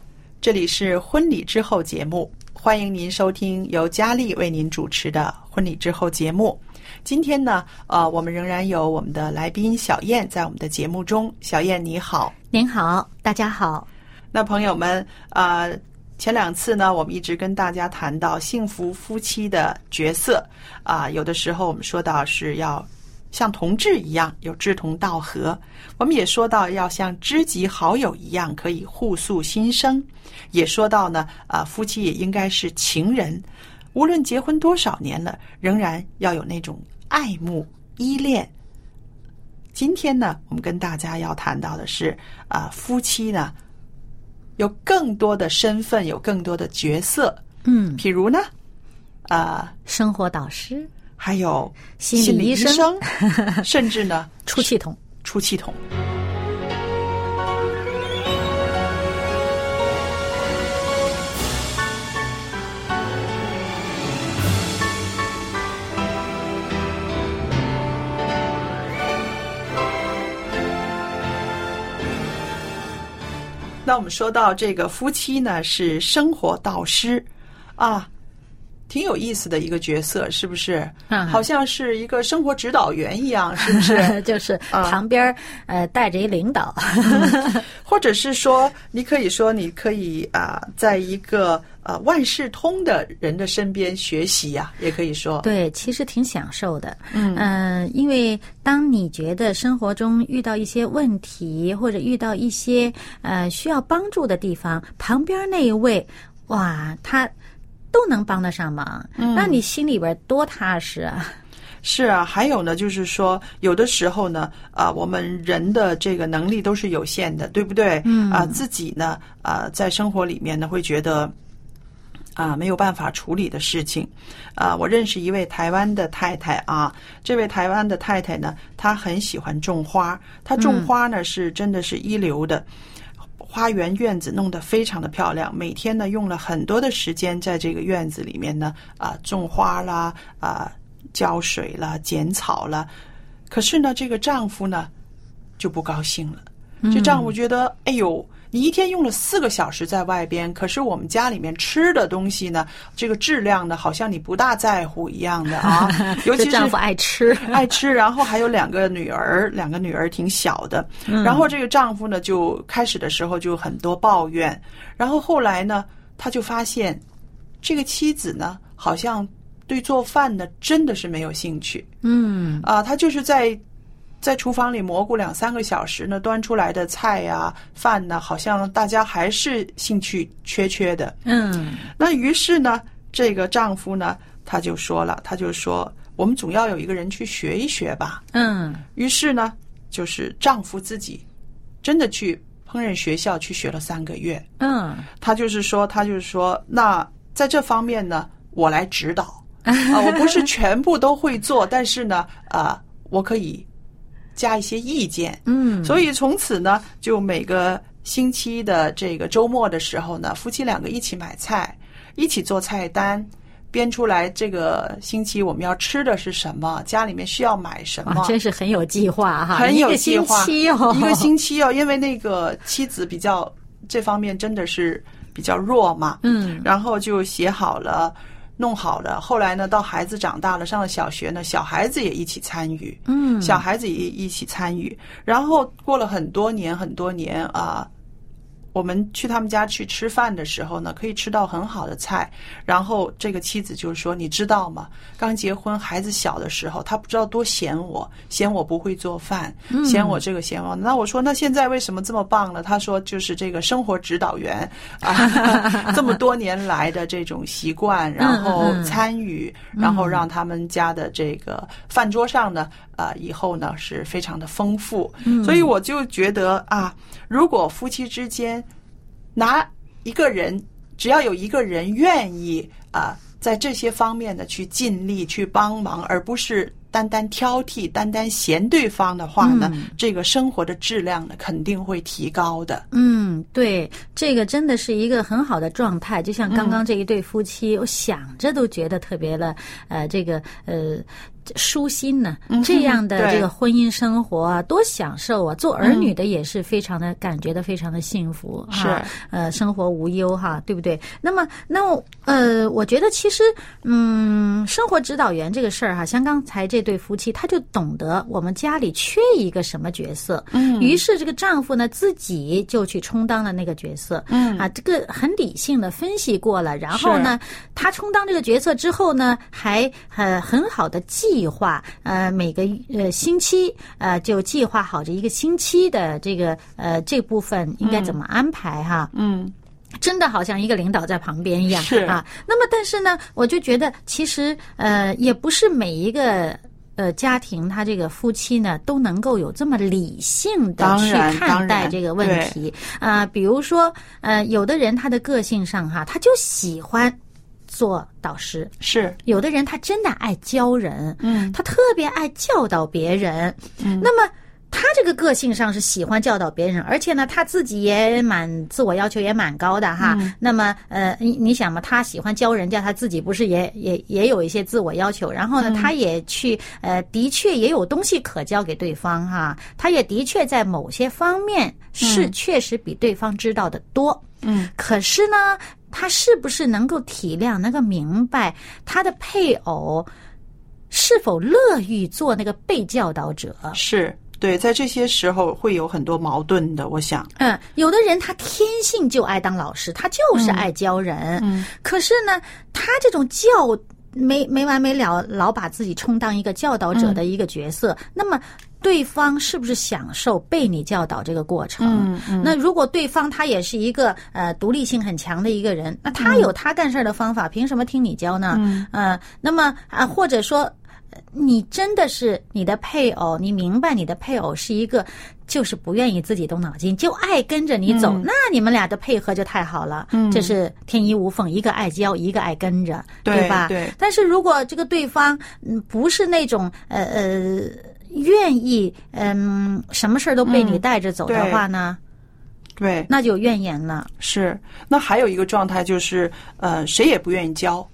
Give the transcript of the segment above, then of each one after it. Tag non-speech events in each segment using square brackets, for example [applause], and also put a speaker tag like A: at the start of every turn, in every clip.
A: 这里是婚礼之后节目，欢迎您收听由佳丽为您主持的婚礼之后节目。今天呢，呃，我们仍然有我们的来宾小燕在我们的节目中。小燕你好，
B: 您好，大家好。
A: 那朋友们，呃，前两次呢，我们一直跟大家谈到幸福夫妻的角色啊、有的时候我们说到是要像同志一样有志同道合，我们也说到要像知己好友一样可以互诉心声，也说到呢，啊、夫妻也应该是情人，无论结婚多少年了，仍然要有那种爱慕、依恋。今天呢，我们跟大家要谈到的是，啊、夫妻呢有更多的身份，有更多的角色，
B: 嗯，
A: 譬如呢，啊、
B: 生活导师、
A: 还有
B: 心理
A: 理
B: 医
A: 医
B: 生
A: 生，甚至呢，
B: [laughs] 出气筒。
A: 出气筒。那我们说到这个夫妻呢，是生活导师啊，挺有意思的一个角色，是不是？
B: 嗯
A: 好像是一个生活指导员一样，是不
B: [laughs]
A: 是？
B: 就是
A: 啊
B: 旁边、呃带着一领导，
A: 或者是说，你可以说，你可以啊、在一个呃万事通的人的身边学习呀、也可以说，
B: [laughs] 对，其实挺享受的。
A: 嗯
B: 呃因为当你觉得生活中遇到一些问题，或者遇到一些呃需要帮助的地方，旁边那一位，哇，他都能帮得上忙，那你心里边多踏实啊！
A: 是啊。还有呢，就是说，有的时候呢，啊、我们人的这个能力都是有限的，对不对？嗯啊、自己呢，啊、在生活里面呢，会觉得。啊，没有办法处理的事情，啊，我认识一位台湾的太太啊，这位台湾的太太呢，她很喜欢种花，她种花呢是真的是一流的，花园院子弄得非常的漂亮，每天呢用了很多的时间在这个院子里面呢啊种花啦啊浇水啦剪草啦，可是呢这个丈夫呢就不高兴了，
B: 嗯
A: 这丈夫觉得哎呦。你一天用了四个小时在外边，可是我们家里面吃的东西呢，这个质量呢，好像你不大在乎一样
B: [laughs]
A: 的啊。尤其
B: 这
A: 是
B: 丈夫爱吃，
A: 爱吃，然后还有两个女儿，两个女儿挺小的。然后这个丈夫呢，就开始的时候就很多抱怨，然后后来呢，他就发现这个妻子呢，好像对做饭呢真的是没有兴趣
B: 嗯
A: 啊，他就是在。在厨房里蘑菇两三个小时呢，端出来的菜呀、饭呢，好像大家还是兴趣缺缺的。
B: 嗯，
A: 那于是呢，这个丈夫呢，他就说了，他就说，我们总要有一个人去学一学吧。
B: 嗯，
A: 于是呢，就是丈夫自己真的去烹饪学校去学了三个月。
B: 嗯，
A: 他就是说，他就是说，那在这方面呢，我来指导啊、我不是全部都会做，但是呢，啊、我可以加一些意见。
B: 嗯，
A: 所以从此呢，就每个星期的这个周末的时候呢，夫妻两个一起买菜，一起做菜单，编出来这个星期我们要吃的是什么，家里面需要买什么
B: 哇，，啊真是很有计划哈，
A: 很有计划。
B: 啊一个星期哦，
A: 一个星期哦，因为那个妻子比较这方面真的是比较弱嘛，
B: [laughs] 嗯，
A: 然后就写好了，弄好了。后来呢，到孩子长大了，上了小学呢，小孩子也一起参与，
B: 嗯，
A: 小孩子也一起参与。然后过了很多年，很多年啊。我们去他们家去吃饭的时候呢，可以吃到很好的菜。然后这个妻子就说：“你知道吗？刚结婚，孩子小的时候，他不知道多嫌我，嫌我不会做饭，嫌我这个嫌我。那我说，那现在为什么这么棒呢？他说，就是这个生活指导员啊， [laughs] 这么多年来的这种习惯，然后
B: 嗯嗯
A: 参与，然后让他们家的这个饭桌上呢，啊、以后呢是非常的丰富。所以我就觉得啊，如果夫妻之间拿一个人，只要有一个人愿意啊、在这些方面呢去尽力去帮忙，而不是单单挑剔、单单嫌对方的话呢，这个生活的质量呢肯定会提高的。
B: 嗯，对，这个真的是一个很好的状态。就像刚
A: 嗯
B: 刚这一对夫妻，我想着都觉得特别的，呃，这个呃舒心呢、这样的
A: 嗯对嗯
B: 这个婚姻生活啊，多享受啊！做儿女的也是非常的、感觉到非常的幸福，
A: 是
B: 啊、呃，生活无忧哈，对不对？那么，那我呃，我觉得其实，嗯，生活指导员这个事儿哈，像刚才这对夫妻，他就懂得我们家里缺一个什么角色，嗯，于是这个丈夫呢自己就去充当了那个角色，嗯啊，这个很理性的分析过了，然后呢，他充当这个角色之后呢，还呃很好的计划，呃每个呃星期呃就计划好这一个星期的这个呃这部分应该怎么安排哈，
A: 嗯，
B: 真的好像一个领导在旁边一样
A: 是
B: 啊。那么，但是呢，我就觉得其实呃，也不是每一个。呃，家庭他这个夫妻呢，都能够有这么理性的
A: 当
B: 去
A: 然
B: 看
A: 当
B: 待
A: 然
B: 这个问题啊、比如说，呃，有的人他的个性上哈，他就喜欢做导师，
A: 是，
B: 有的人他真的爱教人，
A: 嗯，
B: 他特别爱教导别人。那么他这个个性上是喜欢教导别人，而且呢，他自己也蛮自我要求也蛮高的哈。那么呃，你你想嘛，他喜欢教人家，他自己不是也也也有一些自我要求，然后呢，他也去呃，的确也有东西可教给对方哈。他也的确在某些方面是确实比对方知道的多。
A: 嗯，
B: 可是呢，他是不是能够体谅、能够明白他的配偶是否乐于做那个被教导者？
A: 是对，在这些时候会有很多矛盾的，我想。
B: 嗯，有的人他天性就爱当老师，他就是爱教人。
A: 嗯
B: 可是呢，他这种教没没完没了，老把自己充当一个教导者的一个角色，那么对方是不是享受被你教导这个过程？
A: 嗯
B: 那如果对方他也是一个呃独立性很强的一个人，那他有他干事儿的方法，凭什么听你教呢？嗯，呃，那么啊、或者说。呃你真的是你的配偶，你明白你的配偶是一个，就是不愿意自己动脑筋，就爱跟着你
A: 嗯
B: 走，那你们俩的配合就太好了，这是天衣无缝，一个爱教，一个爱跟着，
A: 对
B: 吧？
A: 对
B: 但是如果这个对方嗯不是那种呃呃愿意嗯什么事儿都被你带着走的话呢，
A: 对，
B: 那就有怨言了。
A: 是。那还有一个状态就是，呃，谁也不愿
B: [laughs]
A: 意教，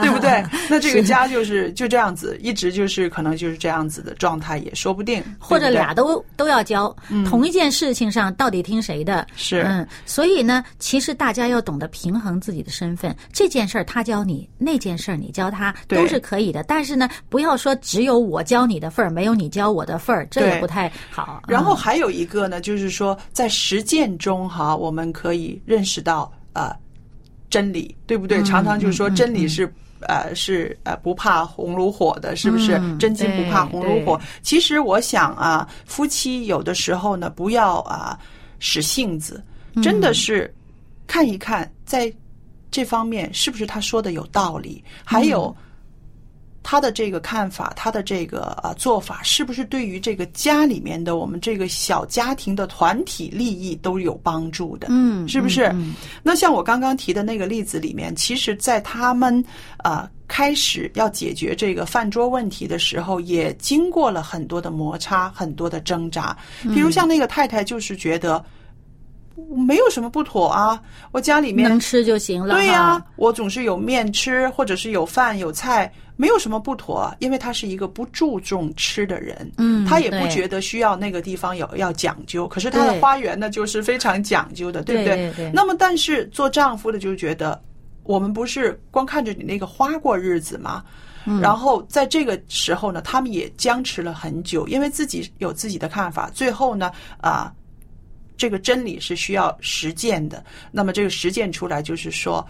A: 对不对？那这个家就是就这样子，一直就是可能就是这样子的状态，也说不定。
B: 或者
A: 对不对嗯
B: 俩都都要教，同一件事情上到底听谁的？
A: 是
B: 嗯，所以呢，其实大家要懂得平衡自己的身份。这件事儿他教你，那件事儿你教他，
A: 对
B: 都是可以的。但是呢，不要说只有我教你的份儿，没有你教我的份儿，这也
A: 对
B: 不太好。
A: 然后还有一个呢，就是说在实践中哈，我们可以认识到呃真理，对不
B: 嗯
A: 对？常常就是说真理是。呃，是呃，不怕红炉火的，是不是？
B: 嗯
A: 真金不怕红炉
B: 对
A: 火。其实我想啊，夫妻有的时候呢，不要啊使性子，
B: 嗯
A: 真的是看一看，在这方面是不是他说的有道理，还
B: 嗯
A: 有他的这个看法，他的这个呃做法，是不是对于这个家里面的我们这个小家庭的团体利益都有帮助的？
B: 嗯，嗯，
A: 是不是？
B: 嗯
A: 那像我刚刚提的那个例子里面，其实，在他们呃开始要解决这个饭桌问题的时候，也经过了很多的摩擦，很多的挣扎。比如像那个太太，就是觉得。没有什么不妥啊，我家里面
B: 能吃就行了。
A: 对呀、
B: 呀，
A: 我总是有面吃，或者是有饭有菜，没有什么不妥啊。因为他是一个不注重吃的人，
B: 嗯
A: 他也不
B: 对
A: 觉得需要那个地方有要讲究。可是他的
B: 对
A: 花园呢，就是非常讲究的，不
B: 对对对
A: 那么，但是做丈夫的就觉得，我们不是光看着你那个花过日子吗？
B: 嗯
A: 然后在这个时候呢，他们也僵持了很久，因为自己有自己的看法。最后呢，啊、这个真理是需要实践的。那么这个实践出来就是说，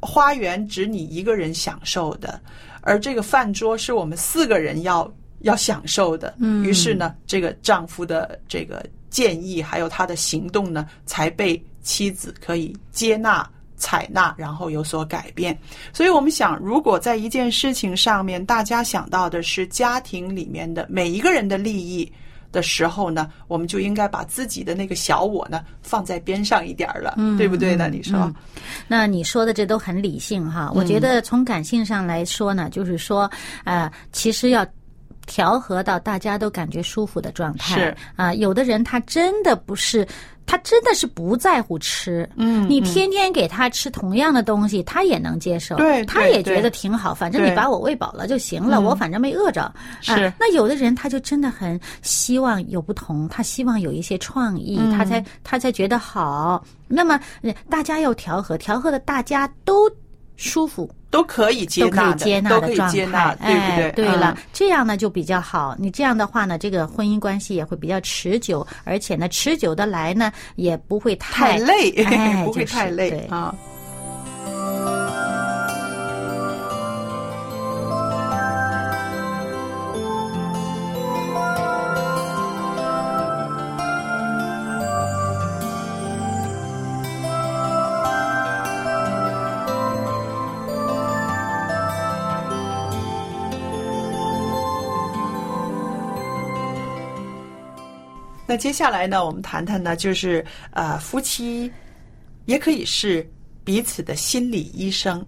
A: 花园只你一个人享受的，而这个饭桌是我们四个人要要享受的。
B: 嗯
A: 于是呢，这个丈夫的这个建议还有他的行动呢，才被妻子可以接纳。采纳，然后有所改变。所以，我们想，如果在一件事情上面，大家想到的是家庭里面的每一个人的利益，的时候呢，我们就应该把自己的那个小我呢放在边上一点儿了，对不对呢？你说，
B: 嗯那你说的这都很理性哈，
A: 嗯
B: 我觉得从感性上来说呢，就是说，呃，其实要。调和到大家都感觉舒服的状态，
A: 是
B: 啊、有的人他真的不是，他真的是不在乎吃，
A: 嗯
B: 你天天给他吃同样的东西，他也能接受，
A: 对
B: 他
A: 对
B: 也觉
A: 对
B: 得挺好，反正你
A: 对
B: 哦把我喂饱了就行了，我反正没饿着。
A: 嗯是
B: 啊那有的人他就真的很希望有不同，他希望有一些创意，他
A: 嗯
B: 才他才觉得好。那么呃大家要调和，调和的大家都舒服，
A: 都可以接
B: 都可
A: 纳
B: 以
A: 的，
B: 接纳
A: 都可
B: 的
A: 以
B: 状
A: 接纳
B: 态，，
A: 对不对？嗯
B: 哎、对了，这样呢就比较好。你这样的话呢，这个婚姻关系也会比较持久，而且呢，持久的来呢也不会
A: 嗯，太
B: 太
A: 累，
B: 哎
A: [laughs] 不会
B: 就是
A: 太累、
B: 对
A: 啊。那接下来呢，我们谈谈呢，就是呃，夫妻也可以是彼此的心理医生，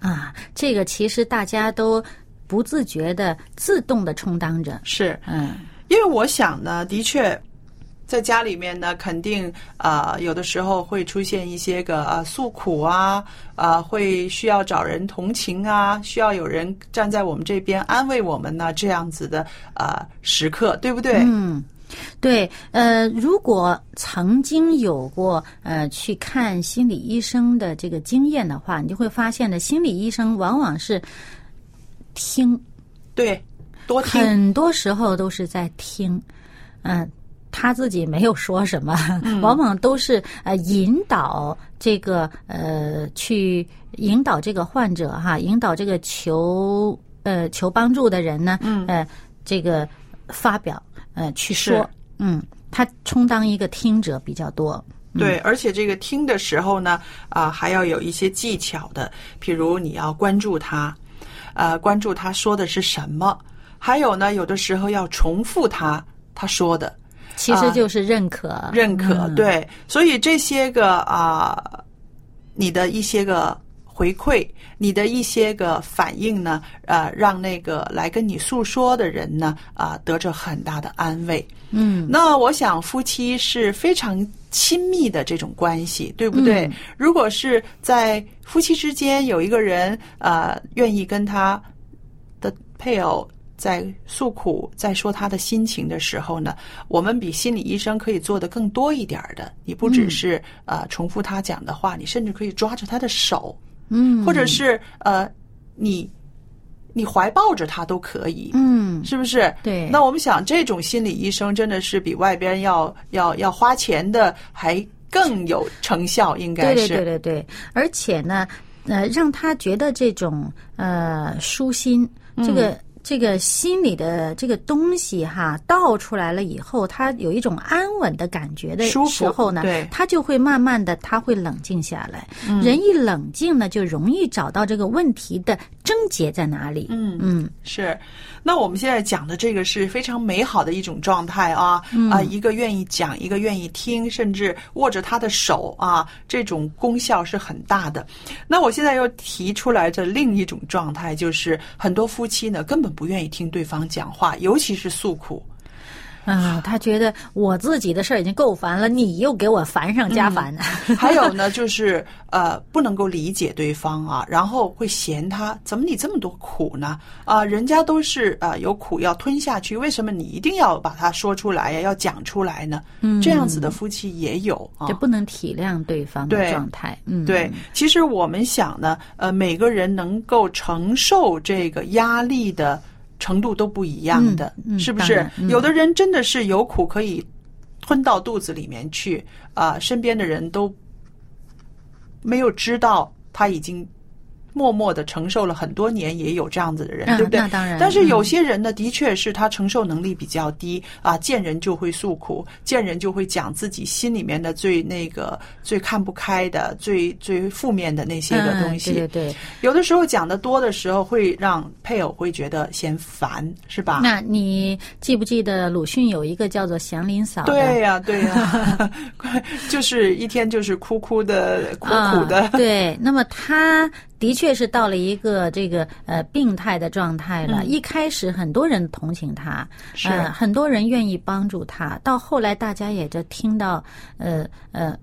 B: 啊。这个其实大家都不自觉的自动的充当着，
A: 是
B: 嗯。
A: 因为我想呢，的确，在家里面呢，肯定啊、呃有的时候会出现一些个啊、呃诉苦啊，啊、会需要找人同情啊，需要有人站在我们这边安慰我们呢，这样子的啊、呃时刻，对不对？
B: 嗯，对，呃，如果曾经有过呃去看心理医生的这个经验的话，你就会发现呢，心理医生往往是听，
A: 对，多听，
B: 很多时候都是在听，嗯、他自己没有说什么，
A: 嗯
B: 往往都是呃引导这个呃去引导这个患者哈，引导这个求呃求帮助的人呢，嗯、呃这个发表呃去
A: 是
B: 说，嗯，他充当一个听者比较多，
A: 对，而且这个听的时候呢，啊、还要有一些技巧的，譬如你要关注他，呃，关注他说的是什么，还有呢，有的时候要重复他他说的。
B: 其实就是认可、
A: 啊认可，
B: 嗯
A: 对，所以这些个啊、你的一些个回馈，你的一些个反应呢，呃，让那个来跟你诉说的人呢，啊、得着很大的安慰。
B: 嗯，
A: 那我想夫妻是非常亲密的这种关系，对不
B: 嗯
A: 对？如果是在夫妻之间有一个人呃愿意跟他的配偶在诉苦，在说他的心情的时候呢，我们比心理医生可以做的更多一点儿的。你不只是、呃重复他讲的话，你甚至可以抓着他的手，
B: 嗯，
A: 或者是呃你你怀抱着他都可以。
B: 嗯
A: 是不是？
B: 对
A: 那我们想，这种心理医生真的是比外边要要要花钱的还更有成效，应该
B: 对
A: 是。
B: 对对对对，而且呢，呃，让他觉得这种呃舒心，
A: 嗯
B: 这个、这个心里的这个东西哈，倒出来了以后，他有一种安稳的感觉的
A: 舒服
B: 时候呢
A: 对，嗯
B: 他就会慢慢的他会冷静下来。人一冷静呢，就容易找到这个问题的症结在哪里。
A: 嗯
B: 嗯，
A: 是，那我们现在讲的这个是非常美好的一种状态啊，
B: 嗯
A: 啊，一个愿意讲，一个愿意听，甚至握着他的手啊，这种功效是很大的。那我现在又提出来的另一种状态，就是很多夫妻呢根本不愿意听对方讲话，尤其是诉苦。
B: 嗯，他觉得我自己的事儿已经够烦了，你又给我烦上
A: 嗯
B: 加烦。 [laughs]
A: 还有呢，就是呃，不能够理解对方啊，然后会嫌他怎么你这么多苦呢？啊、人家都是啊、有苦要吞下去，为什么你一定要把它说出来呀、要讲出来呢？嗯，这样子的夫妻也有啊
B: 就。不能体谅对方的
A: 对
B: 状态。嗯，
A: 对，其实我们想呢，呃，每个人能够承受这个压力的程度都不一样的，
B: 嗯嗯
A: 是不
B: 当
A: 是
B: 然？嗯
A: 有的人真的是有苦可以吞到肚子里面去啊、身边的人都没有知道他已经默默的承受了很多年，也有这样子的人，
B: 嗯
A: 对不对？
B: 那当然
A: 但是有些人呢，的确是他承受能力比较低啊，见人就会诉苦，见人就会讲自己心里面的最那个、最看不开的、最最负面的那些个东
B: 嗯、
A: 西。
B: 对对对。
A: 有的时候讲的多的时候，会让配偶会觉得嫌烦，是吧？
B: 那你记不记得鲁迅有一个叫做祥林嫂的？
A: 对呀、对呀、
B: [laughs]
A: 就是一天就是哭哭的、苦苦的，
B: 啊。 [laughs] 对，那么他的确是到了一个这个呃病态的状态了。一开始很多人同情他，
A: 嗯是
B: 呃很多人愿意帮助他，到后来大家也就听到呃呃。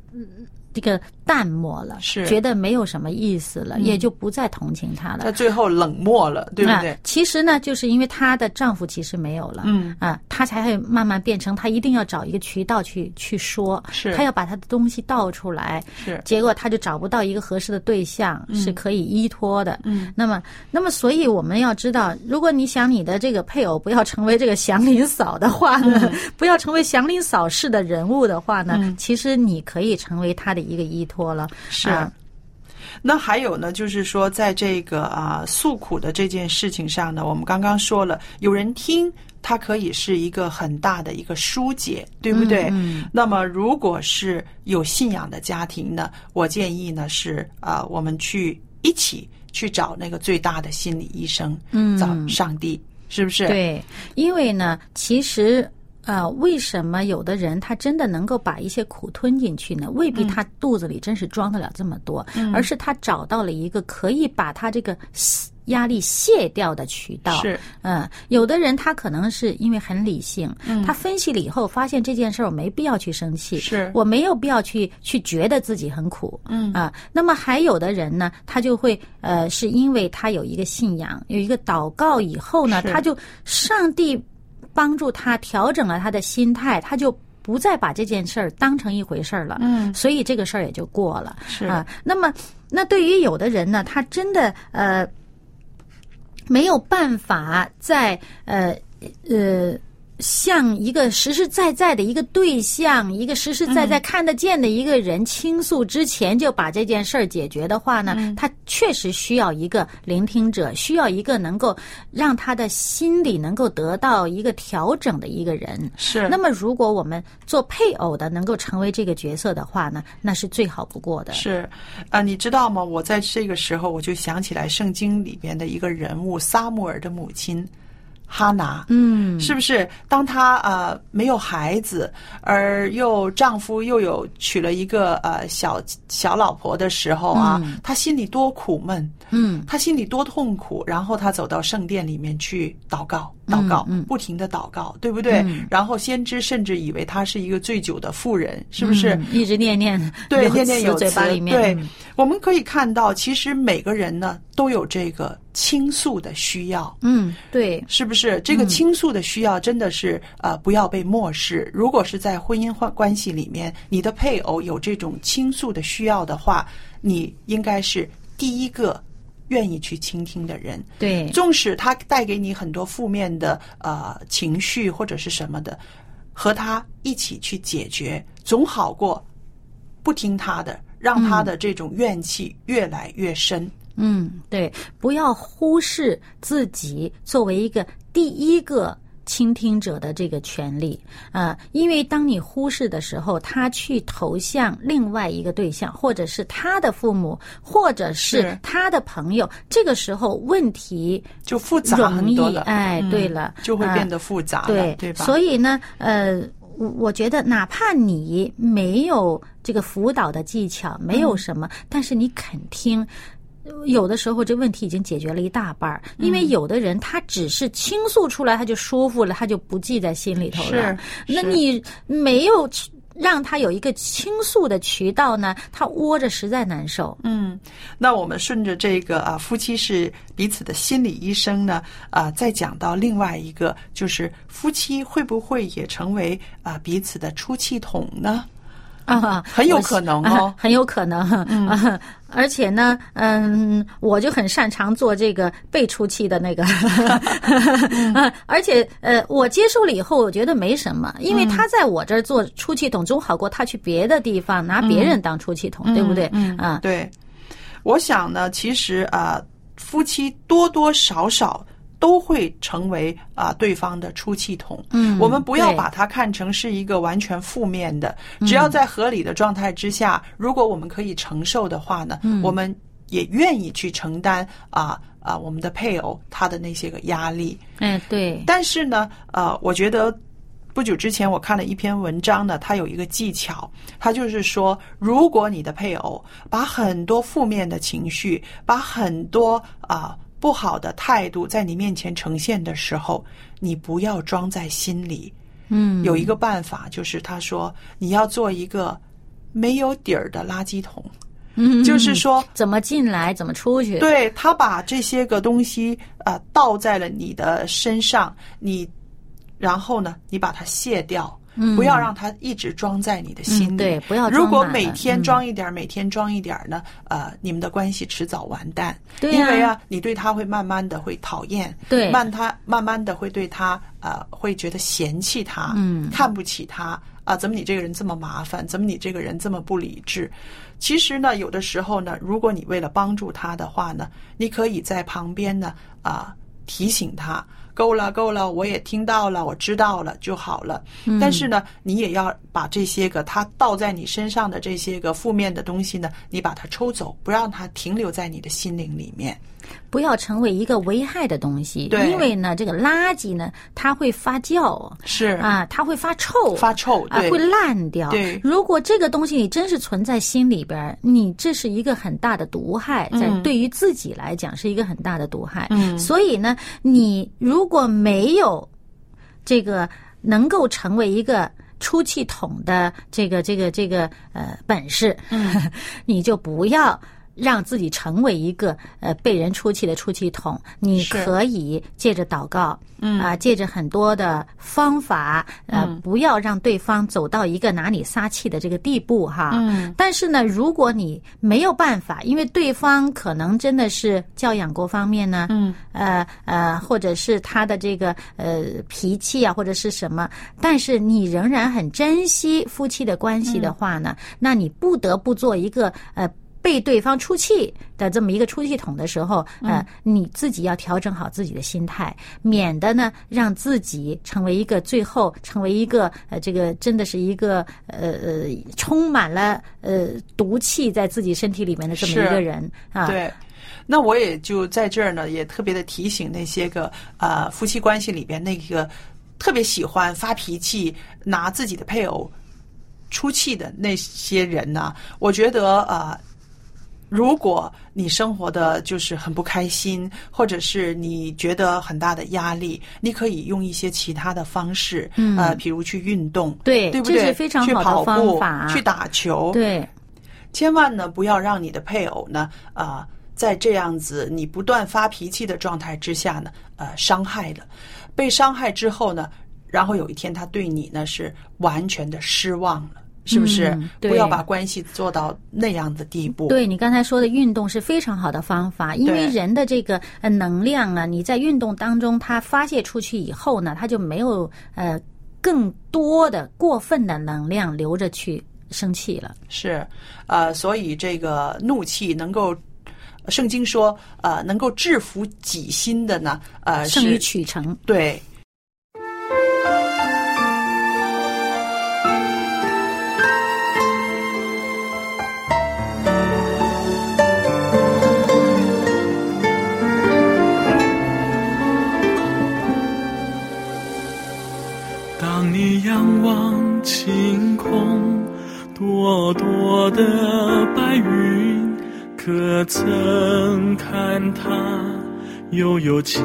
B: 这个淡漠了，
A: 是嗯
B: 觉得没有什么意思了，也就不再同情他了
A: 他。最后冷漠了，对不对
B: 啊？？其实呢，就是因为她的丈夫其实没有了，
A: 嗯
B: 啊，她才会慢慢变成她一定要找一个渠道去去说，
A: 是
B: 她要把她的东西倒出来，
A: 是
B: 结果她就找不到一个合适的对象、
A: 嗯
B: 是可以依托的，嗯，那么那么所以我们要知道，如果你想你的这个配偶不要成为这个祥林嫂的话呢，
A: 嗯
B: [laughs] 不要成为祥林嫂式的人物的话呢，其实你可以成为他的一个依托了，
A: 是
B: 啊
A: 那还有呢，就是说，在这个啊诉苦的这件事情上呢，我们刚刚说了，有人听，它可以是一个很大的一个疏解，对不对？
B: 嗯
A: 那么，如果是有信仰的家庭呢，我建议呢是啊，我们去一起去找那个最大的心理医生，
B: 嗯
A: 找上帝，是不是？，
B: 对，因为呢，其实呃，为什么有的人他真的能够把一些苦吞进去呢？未
A: 嗯
B: 必他肚子里真是装得了这么多，而是他找到了一个可以把他这个吸压力卸掉的渠道。
A: 是，
B: 嗯，有的人他可能是因为很理性，
A: 嗯
B: 他分析了以后发现这件事儿我没必要去生气，
A: 是
B: 我没有必要去去觉得自己很苦，嗯啊，那么还有的人呢，他就会呃，是因为他有一个信仰，有一个祷告以后呢，
A: 是
B: 他就上帝帮助他调整了他的心态，他就。不再把这件事儿当成一回事儿了，嗯，所以这个事儿也就过了，
A: 是
B: 啊。那么，那对于有的人呢，他真的呃没有办法在呃呃向一个实实在在的一个对象、一个实实在在
A: 嗯
B: 看得见的一个人倾诉之前就把这件事儿解决的话呢，
A: 嗯
B: 他确实需要一个聆听者，需要一个能够让他的心理能够得到一个调整的一个人。
A: 是
B: 那么，如果我们做配偶的能够成为这个角色的话呢，那是最好不过的。
A: 是啊、你知道吗？我在这个时候我就想起来圣经里边的一个人物撒母耳的母亲哈拿，
B: 嗯，
A: 是不是？当她呃没有孩子，而又丈夫又有娶了一个呃小小老婆的时候啊，她心里多苦闷，
B: 嗯，
A: 她心里多痛苦。然后她走到圣殿里面去祷告，祷告，
B: 嗯
A: 不停的祷告，对不对？然后先知甚至以为她是一个醉酒的妇人，是不是？
B: 嗯一直念念
A: 对，
B: 有
A: 念念
B: 词
A: 有
B: 嘴巴
A: 词
B: 里面，
A: 对
B: 嗯，
A: 我们可以看到，其实每个人呢都有这个倾诉的需要。
B: 嗯，对，
A: 是不是
B: 嗯
A: 这个倾诉的需要真的是、呃不要被漠视？如果是在婚姻关关系里面，你的配偶有这种倾诉的需要的话，你应该是第一个愿意去倾听的人。
B: 对，
A: 纵使他带给你很多负面的呃情绪或者是什么的，和他一起去解决，总好过不听他的，让他的这种怨气越来越深。
B: 嗯，对，不要忽视自己作为一个第一个倾听者的这个权利啊、呃因为当你忽视的时候，他去投向另外一个对象，或者是他的父母，或者是
A: 是
B: 他的朋友，这个时候问题
A: 就复杂很多
B: 容易
A: 了，
B: 哎
A: 嗯
B: 对了
A: 就会
B: 啊
A: 变得复杂了，
B: 对
A: 对吧？
B: 所以呢，呃，我我觉得哪怕
A: 嗯
B: 你没有这个辅导的技巧，没有什么，但是你肯听。有的时候这问题已经解决了一大半儿，
A: 嗯
B: 因为有的人他只是倾诉出来，他就舒服了，他就不记在心里头了。
A: 是
B: 那
A: 是
B: 你没有让他有一个倾诉的渠道呢，他窝着实在难受。
A: 嗯，那我们顺着这个啊，夫妻是彼此的心理医生呢，啊，再讲到另外一个，就是夫妻会不会也成为啊彼此的出气筒呢？
B: 啊，
A: 很有可能
B: 我是
A: 哦嗯
B: 啊很有可能。啊，而且呢，嗯，我就很擅长做这个被出气的那个，[laughs]
A: 嗯
B: 啊，而且呃，我接受了以后，我觉得没什么，
A: 嗯
B: 因为他在我这儿做出气筒总好过他去别的地方拿别人当出气筒，对不对？
A: 嗯
B: 啊，
A: 对，我想呢，其实啊，夫妻多多少少都会成为啊对方的出气筒。
B: 嗯
A: 我们不要
B: 对嗯
A: 把它看成是一个完全负面的，只要在合理的状态之下，如果我们可以承受的话呢，
B: 嗯
A: 我们也愿意去承担啊啊我们的配偶他的那些个压力。
B: 哎，对，
A: 但是呢，呃，我觉得不久之前我看了一篇文章呢，它有一个技巧，它就是说，如果你的配偶把很多负面的情绪，把很多啊、不好的态度在你面前呈现的时候，你不要装在心里。
B: 嗯，
A: 有一个办法，就是他说你要做一个没有底儿的垃圾桶，
B: 嗯
A: 就是说
B: 怎么进来，怎么出去？
A: 对他把这些个东西啊、呃倒在了你的身上，你然后呢，你把它卸掉，
B: 嗯
A: 不要让它一直装在你的心里。
B: 嗯对不要装
A: 如果
B: 满
A: 每
B: 了
A: 天
B: 嗯
A: 装一点儿，每天装一点儿呢，呃，你们的关系迟早完蛋。
B: 对
A: 因为
B: 呀
A: 啊，你对他会慢慢的会讨厌，
B: 对
A: 慢他慢慢的会对他呃会觉得嫌弃他，
B: 嗯
A: 看不起他啊，怎么你这个人这么麻烦？怎么你这个人这么不理智？其实呢，有的时候呢，如果你为了帮助他的话呢，你可以在旁边呢啊、提醒他。够了，够了，我也听到了，我知道了就好了。
B: 嗯
A: 但是呢，你也要把这些个他倒在你身上的这些个负面的东西呢，你把它抽走，不让它停留在你的心灵里面。
B: 不要成为一个危害的东西，
A: 对
B: 因为呢，这个垃圾呢，它会发酵，
A: 是
B: 啊，它会发臭，
A: 发臭，
B: 啊
A: 对，，
B: 会烂掉。
A: 对
B: 如果这个东西你真是存在心里边儿，你这是一个很大的毒害，在
A: 嗯
B: 对于自己来讲是一个很大的毒害。
A: 嗯
B: 所以呢，你如果没有这个能够成为一个。出气筒的这个这个这个呃本事，
A: 嗯
B: 你就不要让自己成为一个呃被人出气的出气筒。你
A: 是
B: 可以借着祷告，嗯啊、借着很多的方法，呃，
A: 嗯
B: 不要让对方走到一个拿你撒气的这个地步哈。
A: 嗯，
B: 但是呢，如果你没有办法，因为对方可能真的是教养各方面呢，嗯，呃呃，或者是他的这个呃脾气啊，或者是什么，但是你仍然很珍惜夫妻的关系
A: 嗯
B: 的话呢，那你不得不做一个呃。被对方出气的这么一个出气筒的时候，
A: 嗯
B: 呃，你自己要调整好自己的心态，免得呢让自己成为一个最后成为一个呃，这个真的是一个呃呃充满了呃毒气在自己身体里面的这么
A: 是
B: 一个人啊。
A: 对。那我也就在这儿呢，也特别的提醒那些个啊、呃夫妻关系里边那个特别喜欢发脾气、拿自己的配偶出气的那些人呢、我觉得啊、呃如果你生活的就是很不开心，或者是你觉得很大的压力，你可以用一些其他的方式，嗯、呃，比如去运动，
B: 对
A: 对不
B: 这
A: 对？
B: 是非常
A: 去
B: 好的
A: 跑
B: 方
A: 步
B: 法啊
A: 去打球，
B: 对
A: 千万呢不要让你的配偶呢啊、在这样子你不断发脾气的状态之下呢，呃，伤害了，被伤害之后呢，然后有一天他对你呢是完全的失望了，是不是？
B: 嗯对
A: 不要把关系做到那样的地步。
B: 对你刚才说的运动是非常好的方法，因为
A: 对
B: 人的这个呃能量啊，你在运动当中它发泄出去以后呢，它就没有呃更多的过分的能量留着去生气了。
A: 是，呃，所以这个怒气能够。圣经说，呃，能够制服己心的呢，呃，
B: 剩余
A: 是
B: 取成。
A: 对
C: 当你仰望晴空，朵朵的白云
D: 可曾看他悠悠情？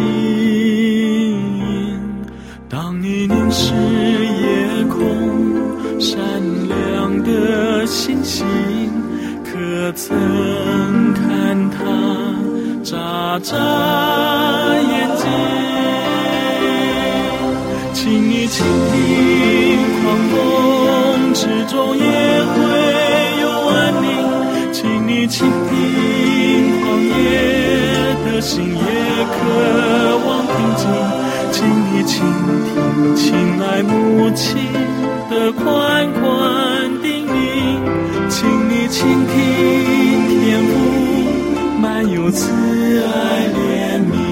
D: 当你凝视夜空闪亮的星星，可曾看他眨眨眼睛？请你倾听，狂风之中也会有安宁。请你倾听，狂野的心也渴望平静。请你倾听，亲爱母亲的款款叮咛。请你倾听，天父满有慈爱怜悯。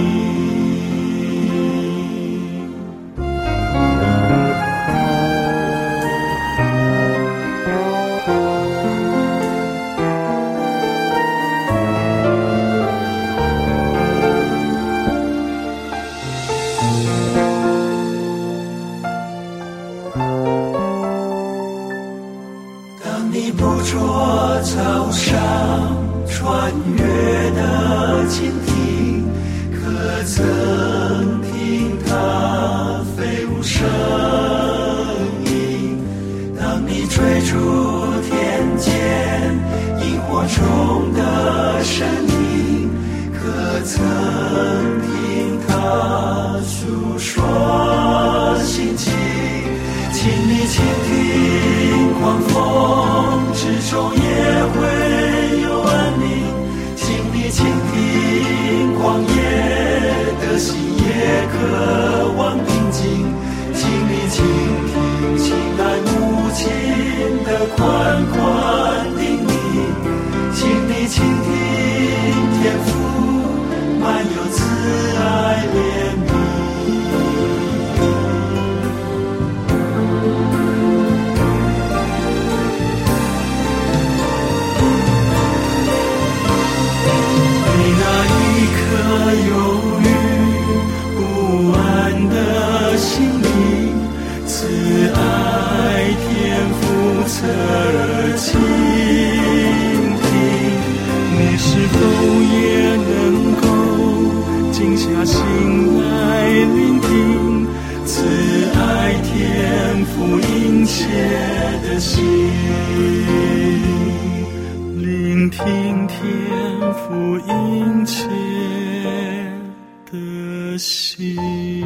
D: 当你捕捉早上穿越的蜻蜓，可曾听它飞舞声音？当你追逐天间萤火虫的身影，可曾听它诉说心情？请你倾听，狂风之中也会有安宁。请你倾听，狂野的心也渴望平静。请你倾听，亲爱母亲的款款叮咛。请你倾听，天父满有慈爱怜悯。你那一颗忧郁不安的心灵，慈爱天父侧耳倾听。你是否也能够静下心来聆听慈爱天父殷切的心？聆听天父殷切的心。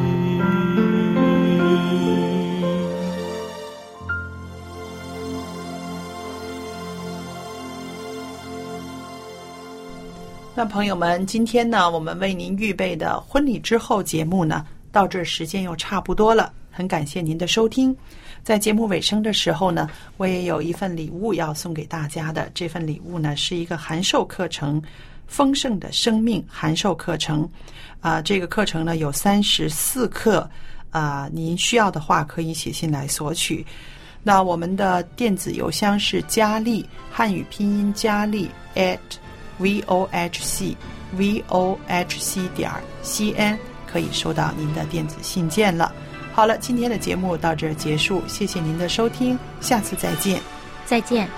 A: 那朋友们，今天呢，我们为您预备的婚礼之后节目呢，到这儿时间又差不多了。很感谢您的收听，在节目尾声的时候呢，我也有一份礼物要送给大家的。这份礼物呢，是一个函授课程《丰盛的生命》函授课程。啊、这个课程呢有三十四课，啊、您需要的话可以写信来索取。那我们的电子邮箱是佳丽，汉语拼音佳丽 at v o h c v o h c 点 c n，可以收到您的电子信件了。好了，今天的节目到这儿结束，谢谢您的收听，下次再见。
B: 再见。